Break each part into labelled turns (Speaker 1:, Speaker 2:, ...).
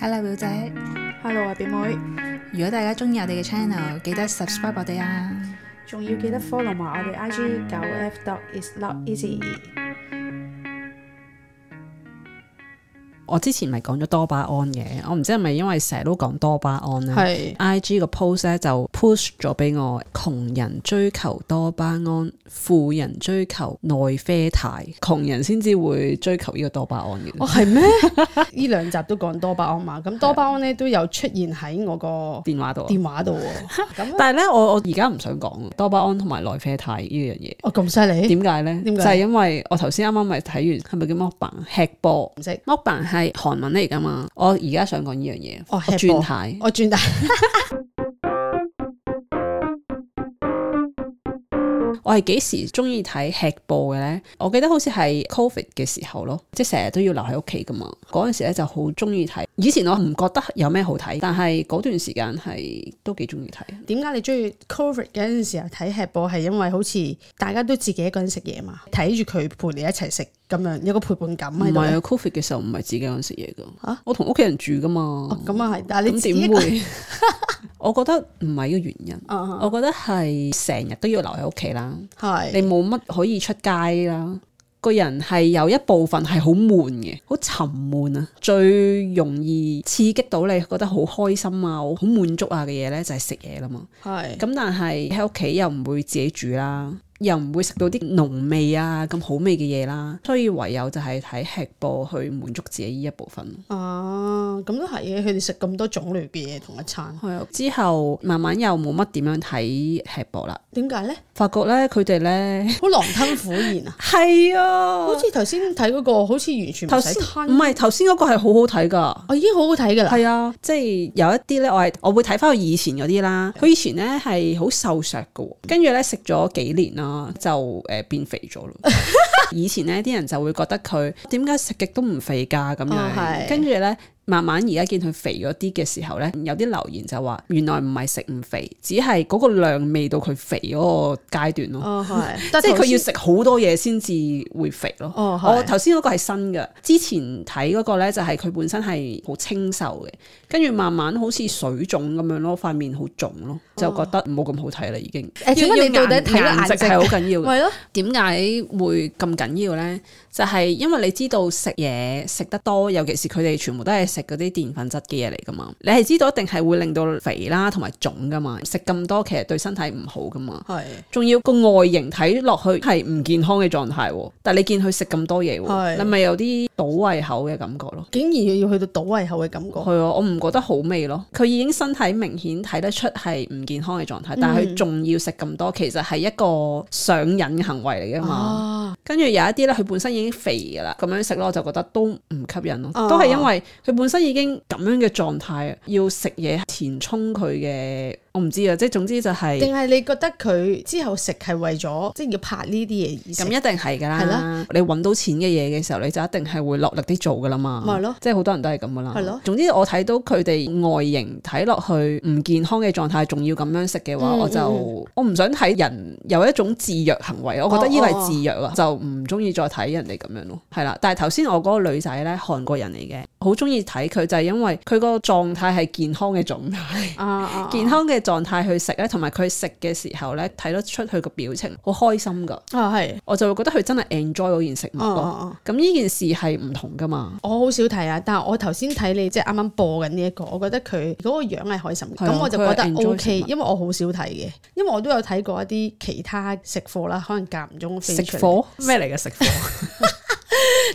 Speaker 1: Hello 表姐，
Speaker 2: Hello 啊，表妹，
Speaker 1: 如果大家中意我哋嘅 channel，記得 subscribe 我哋啊！
Speaker 2: 仲要記得 follow 埋我哋 IG 九 F dot is not easy。
Speaker 3: 我之前咪講咗多巴胺嘅，我唔知係咪因為成日都講多巴胺咧。
Speaker 2: 係
Speaker 3: I G 個 post 咧就 push 咗俾我，窮人追求多巴胺，富人追求內啡肽，窮人先至會追求呢個多巴胺嘅。
Speaker 4: 哦，係咩？呢兩集都講多巴胺嘛，咁多巴胺咧都有出現喺我個
Speaker 3: 電話度，啊
Speaker 4: 電話度 喎。咁
Speaker 3: 但係咧，我我而家唔想講多巴胺同埋內啡肽呢樣嘢。
Speaker 4: 哦咁犀利，
Speaker 3: 點解咧？
Speaker 4: 點
Speaker 3: 就
Speaker 4: 解
Speaker 3: 係因為我頭先啱啱咪睇完，係咪叫 mukbang 吃播？
Speaker 4: 唔識
Speaker 3: mukbang 係韓文嚟㗎嘛？我而家想講呢樣嘢，
Speaker 4: 哦
Speaker 3: 我
Speaker 4: 吃播
Speaker 3: 轉態。
Speaker 4: 我轉大
Speaker 3: 我係幾時中意睇吃播嘅咧？我記得好似係 Covid 嘅時候咯，即係成日都要留喺屋企噶嘛。嗰陣時咧就好中意睇。以前我唔覺得有咩好睇，但係嗰段時間係都幾中意睇。
Speaker 4: 點解你中意 Covid 嗰陣時候睇吃播係因為好似大家都自己一個人食嘢嘛，睇住佢陪你一齊食咁樣，有個陪伴感
Speaker 3: 唔
Speaker 4: 喺度。
Speaker 3: 係啊，Covid 嘅時候唔係自己一個人食嘢噶，
Speaker 4: 啊
Speaker 3: 我同屋企人住噶嘛。
Speaker 4: 哦咁啊係，但係
Speaker 3: 咁
Speaker 4: 你自己一
Speaker 3: 點
Speaker 4: 個
Speaker 3: 會？ 我覺得唔係呢個原因，
Speaker 4: 啊啊
Speaker 3: 我覺得係成日都要留喺屋企啦，你
Speaker 4: 係
Speaker 3: 冇乜可以出街啦。個人係有一部分係好悶嘅，好沉悶啊！最容易刺激到你覺得好開心啊、好滿足啊嘅嘢呢，就係食嘢啦嘛。
Speaker 4: 係
Speaker 3: 咁但係喺屋企又唔會自己煮啦，又唔會食到啲濃味啊、咁好味嘅嘢啦，所以唯有就係睇吃播去滿足自己呢一部分。
Speaker 4: 啊咁都係嘅，佢哋食咁多種類嘅嘢同一餐，
Speaker 3: 係啊，之後慢慢又冇乜點樣睇吃播啦，
Speaker 4: 點解咧？
Speaker 3: 發覺咧佢哋咧
Speaker 4: 好狼吞虎 嚥啊！
Speaker 3: 係啊
Speaker 4: 好似頭先睇嗰個，好似完全
Speaker 3: 頭
Speaker 4: 唔
Speaker 3: 先
Speaker 4: 使
Speaker 3: 唔
Speaker 4: 吞，
Speaker 3: 係頭先嗰個係好好睇噶。
Speaker 4: 我已經好好睇㗎啦。
Speaker 3: 係啊，即係有一啲咧，我係我會睇翻佢以前嗰啲啦。佢以前咧係好瘦削嘅喎，跟住咧食咗幾年啦，就誒、呃、變肥咗 咯。以前咧啲人就會覺得佢點解食極都唔肥㗎咁樣，
Speaker 4: 哦係
Speaker 3: 跟住咧慢慢而家見佢肥咗啲嘅時候咧，有啲留言就話原來唔係食唔肥，只係嗰個量未到佢肥嗰個階段咯。
Speaker 4: 哦，係，但
Speaker 3: 即係佢要
Speaker 4: 頭先
Speaker 3: 食好多嘢先至會肥咯。
Speaker 4: 哦係
Speaker 3: 我頭先嗰個係新嘅，之前睇嗰個咧就係佢本身係好清瘦嘅，跟住慢慢好似水腫咁樣咯，塊面好腫咯，就覺得冇咁好睇啦已經。
Speaker 4: 哦誒請問你到底睇咗
Speaker 3: 顏
Speaker 4: 顏
Speaker 3: 值
Speaker 4: 值
Speaker 3: 係好緊要嘅？
Speaker 4: 咪咯，
Speaker 3: 點解會咁緊要呢？就係、因為你知道食嘢食得多，尤其是佢哋全部都係食嗰啲澱粉質嘅嘢嚟噶嘛，你係知道一定係會令到肥啦同埋腫噶嘛，食咁多其實對身體唔好噶嘛。
Speaker 4: 係
Speaker 3: 仲要個外形睇落去係唔健康嘅狀態喎，但係你見佢食咁多嘢喎，
Speaker 4: 係
Speaker 3: 你咪有啲倒胃口嘅感覺咯。
Speaker 4: 竟然要去到倒胃口嘅感覺，
Speaker 3: 係啊，我唔覺得好味咯。佢已經身體明顯睇得出係唔健康嘅狀態，但係
Speaker 4: 嗯
Speaker 3: 佢仲要食咁多，其實係一個上癮嘅行為嚟㗎嘛。
Speaker 4: 啊，
Speaker 3: 跟住有一啲咧，佢本身已經肥㗎啦，咁樣食咯，我就覺得都唔吸引咯。
Speaker 4: 哦
Speaker 3: 都係因為佢本身已經咁樣嘅狀態，要食嘢填充佢嘅，我唔知啊。即係總之就係、
Speaker 4: 定係你覺得佢之後食係為咗即係要拍呢啲嘢而
Speaker 3: 咁
Speaker 4: 食？
Speaker 3: 一定係㗎
Speaker 4: 係
Speaker 3: 啦，你揾到錢嘅嘢嘅時候，你就一定係會落力啲做㗎啦嘛。
Speaker 4: 咪係咯
Speaker 3: 即係好多人都係咁㗎啦。
Speaker 4: 係咯
Speaker 3: 總之我睇到佢哋外形睇落去唔健康嘅狀態，仲要咁樣食嘅話，
Speaker 4: 嗯哦
Speaker 3: 我就我唔想睇人有一種自虐行為，我覺得呢個係自虐啊，就唔中意再睇人哋咁樣咯。係啦，但係頭先我嗰個女仔咧，韓國人嚟嘅，好中意睇佢就係因為佢個狀態係健康嘅狀態。
Speaker 4: 啊啊，
Speaker 3: 健康嘅狀態去食咧，同埋佢食嘅時候咧，睇得出佢個表情好開心㗎。
Speaker 4: 啊係，
Speaker 3: 我就會覺得佢真係 enjoy 嗰件食物
Speaker 4: 啊啊
Speaker 3: 咯。
Speaker 4: 啊。
Speaker 3: 咁呢、件事係唔同噶嘛，
Speaker 4: 我好少睇啊，但係我頭先睇你即係啱啱播緊呢一個，我覺得佢嗰個樣係開心嘅，
Speaker 3: 係啊
Speaker 4: 咁我就覺
Speaker 3: 佢係
Speaker 4: 得
Speaker 3: enjoy
Speaker 4: O K，
Speaker 3: 食物
Speaker 4: 因為我好少睇嘅，因為我都有睇過一啲其他食貨啦，可能間唔中飛
Speaker 3: 食
Speaker 4: 出嚟
Speaker 3: 貨咩嚟嘅食貨？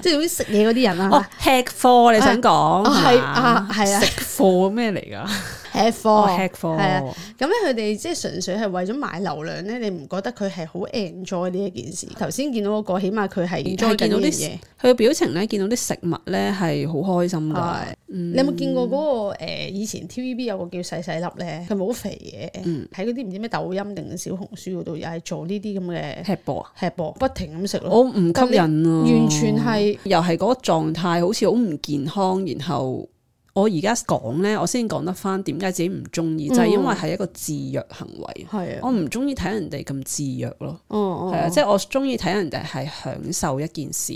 Speaker 4: 即係總之食嘢嗰啲人
Speaker 3: 哦
Speaker 4: 啊，，
Speaker 3: 吃貨你想講
Speaker 4: 啊
Speaker 3: 係
Speaker 4: 係
Speaker 3: 嘛
Speaker 4: 啊係啊
Speaker 3: 食貨咩嚟㗎？
Speaker 4: 吃
Speaker 3: 哦，
Speaker 4: 貨
Speaker 3: 吃貨
Speaker 4: 係啊。咁咧，佢哋即係純粹係為咗買流量咧，你唔覺得佢係好 enjoy 呢一件事？頭先見到嗰個，起碼佢係 enjoy
Speaker 3: 係見
Speaker 4: 緊
Speaker 3: 到
Speaker 4: 呢
Speaker 3: 啲
Speaker 4: 樣嘢。
Speaker 3: 佢嘅表情咧，見到啲食物咧係好開心㗎。
Speaker 4: 係，你有冇見過嗰、個、呃、以前 TVB 有個叫細細粒咧，佢咪好肥嘅，
Speaker 3: 嗯
Speaker 4: 喺嗰啲唔知咩抖音定小紅書嗰度又係做呢啲咁嘅
Speaker 3: 吃播啊！
Speaker 4: 吃播，不停咁食咯，
Speaker 3: 我唔吸引啊，
Speaker 4: 完全係
Speaker 3: 又係嗰個狀態，好似好唔健康。然後我而家講咧，我先講得翻點解自己唔中意，就係因為係一個自虐行為。
Speaker 4: 係啊，
Speaker 3: 我唔中意睇人哋咁自虐咯，
Speaker 4: 哦
Speaker 3: 係
Speaker 4: 哦，
Speaker 3: 啊，即係我中意睇人哋係享受一件事，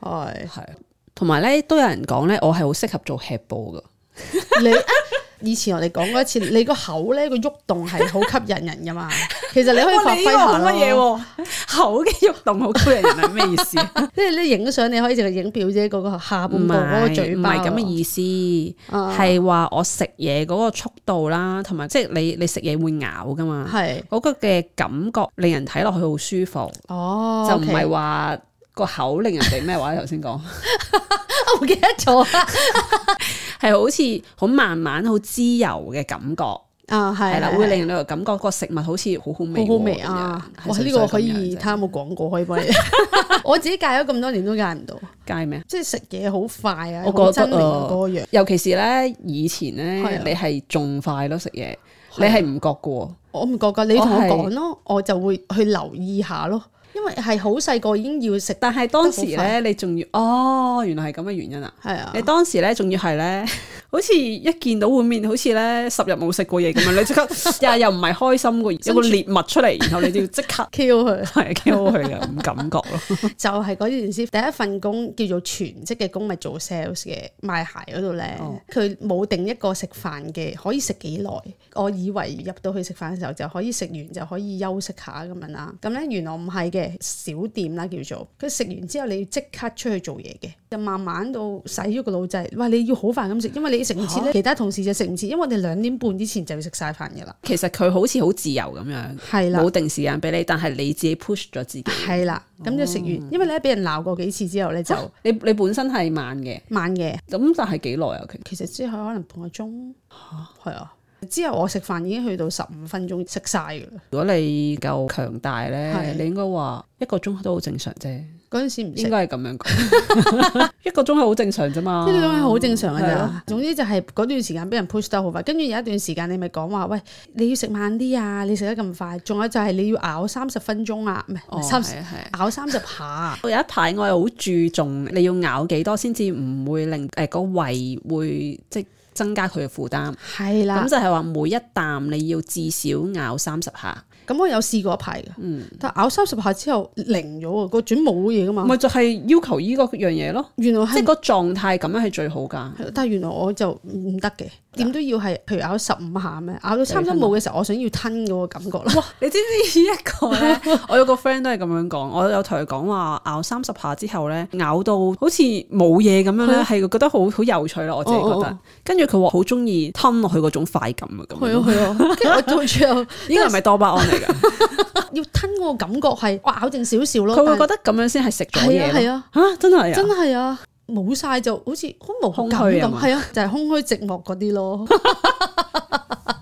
Speaker 4: 係
Speaker 3: 係啊。同埋咧，都有人講咧，我係好適合做吃播噶，
Speaker 4: 你啊以前我哋講過一次，你個口咧個喐動係好吸引人噶嘛。其實你可以發揮下
Speaker 3: 乜嘢
Speaker 4: 咯，
Speaker 3: 喎？ 口嘅喐動好吸引人係咩意思？
Speaker 4: 即係你影相你可以淨係影表姐嗰個下
Speaker 3: 唔
Speaker 4: 半部嗰個
Speaker 3: 係
Speaker 4: 嘴
Speaker 3: 唔
Speaker 4: 巴
Speaker 3: 係
Speaker 4: 喎，
Speaker 3: 咁嘅意思，
Speaker 4: 啊
Speaker 3: 係話我食嘢嗰個速度啦，同埋即係你你食嘢會咬噶嘛，
Speaker 4: 係
Speaker 3: 嗰個嘅感覺令人睇落去好舒服，
Speaker 4: 哦，
Speaker 3: 就唔係
Speaker 4: OK
Speaker 3: 話個口令人哋咩話頭先 講，
Speaker 4: 我唔記得咗啊，
Speaker 3: 係好似好慢慢好滋油嘅感覺。
Speaker 4: 啊
Speaker 3: 係
Speaker 4: 係
Speaker 3: 啦，
Speaker 4: 係
Speaker 3: 會令到感覺個食物好似好好味
Speaker 4: 好
Speaker 3: 喎，
Speaker 4: 好味啊！
Speaker 3: 咁樣
Speaker 4: 哇，
Speaker 3: 係
Speaker 4: 呢個可
Speaker 3: 純
Speaker 4: 以
Speaker 3: 粹
Speaker 4: 睇
Speaker 3: 咁樣啫
Speaker 4: 下有冇廣告可以 幫你。 我自己戒咗咁多年都戒唔到，
Speaker 3: 戒咩？
Speaker 4: 即係食嘢好快啊，
Speaker 3: 我
Speaker 4: 好
Speaker 3: 覺
Speaker 4: 猙獰
Speaker 3: 得啊
Speaker 4: 嗰個樣。
Speaker 3: 尤其是咧，以前
Speaker 4: 係
Speaker 3: 咧
Speaker 4: 啊，
Speaker 3: 你係仲快咯食嘢，你係唔覺嘅
Speaker 4: 我唔覺噶，你同我
Speaker 3: 我係
Speaker 4: 講咯，我就會去留意下咯，因為係好細個已經要食，
Speaker 3: 但係當時
Speaker 4: 得好快
Speaker 3: 咧，你仲要哦，原來係咁嘅原因啊！
Speaker 4: 係啊
Speaker 3: 你，當時咧，仲要係咧， 好似一見到碗面，好似咧十日冇食過嘢咁樣，你即刻 呀又唔係開心 嘅，有個裂物出嚟，然後你就要即刻
Speaker 4: Q 佢
Speaker 3: 係 Q 佢啊，唔感覺咯。
Speaker 4: 就係嗰件事。第一份工叫做全職嘅工，咪做 sales 嘅賣鞋嗰度咧
Speaker 3: 哦，
Speaker 4: 佢冇、定一個食飯嘅可以食幾耐。我以為入到去食飯嘅時候就可以食完就可以休息下咁樣啦。咁咧原來唔係嘅，小店啦叫做。佢食完之後你要即刻出去做嘢嘅，就慢慢到洗咗個腦仔。哇！你要好快咁食，因為你
Speaker 3: 哦
Speaker 4: 食唔切咧，其他同事就食唔切，因為我哋兩點半之前就要食晒飯嘅啦。
Speaker 3: 其實佢好似好自由咁樣，
Speaker 4: 係啦
Speaker 3: 冇。定時間俾你，但係你自己 push 咗自己。
Speaker 4: 係啦，咁就食完，
Speaker 3: 哦
Speaker 4: 因為咧俾人鬧過幾次之後咧就
Speaker 3: 就你你本身係慢嘅，
Speaker 4: 慢嘅，
Speaker 3: 咁但係幾耐啊？其實
Speaker 4: 其實之後可能半個鐘，係啊。之後我食飯已經去到十五分鐘食晒㗎啦，
Speaker 3: 如果你夠強大
Speaker 4: 係
Speaker 3: 咧，你應該話一個鐘都好正常啫，
Speaker 4: 嗰陣時唔食，
Speaker 3: 應
Speaker 4: 呢
Speaker 3: 該係咁樣講。 一個鐘係好正常啫 嘛，
Speaker 4: 個都係好正常㗎
Speaker 3: 係
Speaker 4: 咋
Speaker 3: 咯。
Speaker 4: 總之就係嗰段時間俾人 push 得好快，跟住有一段時間你咪講話，喂，你要食慢啲啊，你食得咁快，仲有就係你要咬三十分鐘啊，唔
Speaker 3: 哦
Speaker 4: 係三十
Speaker 3: 係啊係啊
Speaker 4: 咬三十下，
Speaker 3: 我有一排我係好注重你要咬幾多先至唔會令誒個胃會即係增加佢嘅負擔。
Speaker 4: 係啦
Speaker 3: 咁。就係話每一啖你要至少咬三十下，
Speaker 4: 咁我有試過一排嘅，
Speaker 3: 嗯
Speaker 4: 但咬三十下之後零咗喎，個轉冇嘢㗎嘛
Speaker 3: 咪，就係要求依個樣嘢咯，
Speaker 4: 原來
Speaker 3: 哦即係
Speaker 4: 係
Speaker 3: 個狀態咁樣係最好㗎。
Speaker 4: 係但係原來我就唔得嘅，點都要係，譬如咬十五下咩，咬到
Speaker 3: 啊
Speaker 4: 差唔多冇嘅時候，我想要吞嗰個感覺啦。
Speaker 3: 你知唔知呢一個咧？ 我有個 friend 都係咁樣講，我有同佢講話咬三十下之後咧，咬到好似冇嘢咁樣咧，係覺得好好有趣咯。我自己覺
Speaker 4: 啊哦哦
Speaker 3: 得，跟住佢話好中意吞落去嗰種快感啊，咁
Speaker 4: 係啊
Speaker 3: 樣
Speaker 4: 係啊，跟住我到最後
Speaker 3: 應該係咪多巴胺嚟㗎？
Speaker 4: 要吞嗰個感覺係，哇咬定少少咯。
Speaker 3: 佢會覺
Speaker 4: 但
Speaker 3: 得咁樣先係食咗
Speaker 4: 係
Speaker 3: 嘢
Speaker 4: 啊係
Speaker 3: 咯。
Speaker 4: 啊，
Speaker 3: 嚇，真係
Speaker 4: 真
Speaker 3: 啊！
Speaker 4: 係啊，冇晒就好似好無感
Speaker 3: 空虛啊嘛
Speaker 4: 咁，係啊，就係空虛寂寞嗰啲咯。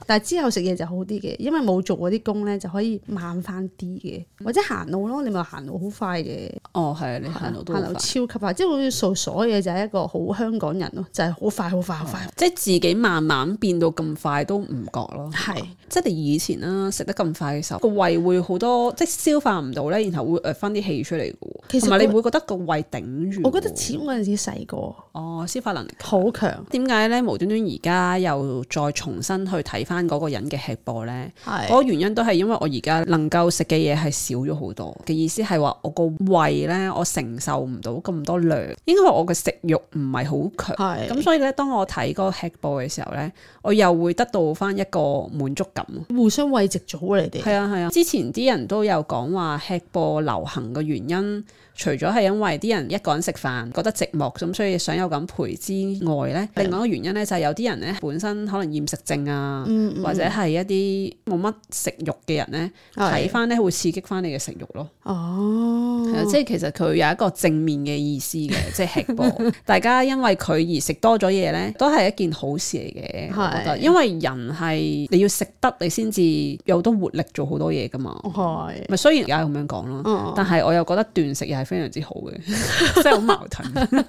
Speaker 4: 但係之後食嘢就好啲嘅，因為冇做嗰啲工咧，就可以慢翻啲嘅，
Speaker 3: 嗯
Speaker 4: 或者行路咯。你咪話行路好快嘅，
Speaker 3: 哦，係啊你行路都好快
Speaker 4: 行路超級快，即係好似做所有嘢就係一個好香港人咯，就係好快好快好快。
Speaker 3: 即係自己慢慢變到咁快都唔覺咯。
Speaker 4: 係
Speaker 3: 即係你以前啦，食得咁快嘅時候，個胃會好多即係消化唔到咧，然後會誒翻啲氣出嚟嘅喎。
Speaker 4: 其實
Speaker 3: 同埋你
Speaker 4: 個
Speaker 3: 會覺得個胃頂住喎。
Speaker 4: 我覺得始終嗰陣時細個
Speaker 3: 哦，消化能力強。
Speaker 4: 好強，
Speaker 3: 點解咧無端端而家又再重新去睇翻嗰個人嘅吃播咧？嗰
Speaker 4: 係
Speaker 3: 個原因都係因為我而家能夠食嘅嘢係少咗好多嘅意思係話我個胃咧，我承受唔到咁多量，應該話我嘅食慾唔係好強。
Speaker 4: 係
Speaker 3: 咁所以咧，當我睇嗰個吃播嘅時候咧，我又會得到翻一個滿足感。
Speaker 4: 互相慰藉咗喎你哋，
Speaker 3: 係啊係啊，之前啲人都有講話吃播流行嘅原因，除咗係因為啲人一個人食飯覺得寂寞，咁所以想有咁陪之外咧，另外一個原因咧就係有啲人咧本身可能厭食症啊，
Speaker 4: 嗯
Speaker 3: 或者係一啲冇乜食欲嘅人咧，睇
Speaker 4: 係
Speaker 3: 翻咧會刺激翻你嘅食欲咯。
Speaker 4: 哦，
Speaker 3: 係啊即係其實佢有一個正面嘅意思 嘅，即係吃播。大家因為佢而食多咗嘢咧，都係一件好事嚟嘅。我覺得，
Speaker 4: 係
Speaker 3: 因為人係你要食得，你先至有好多活力做好多嘢噶嘛。
Speaker 4: 係
Speaker 3: 咪雖然而家咁樣講
Speaker 4: 哦
Speaker 3: 咯，但係我又覺得斷食又係非常之好嘅， 真係好矛 盾。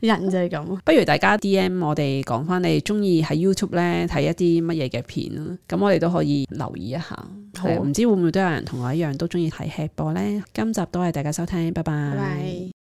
Speaker 4: 人就係咁，
Speaker 3: 不如大家 D M 我哋講翻你中意喺 YouTube 咧睇一啲乜嘢嘅片啦，咁我哋都可以留意一下。啊
Speaker 4: 好
Speaker 3: 係唔知會唔會都有人同我一樣都中意睇吃播咧？今集多謝大家收聽，拜
Speaker 4: 拜拜。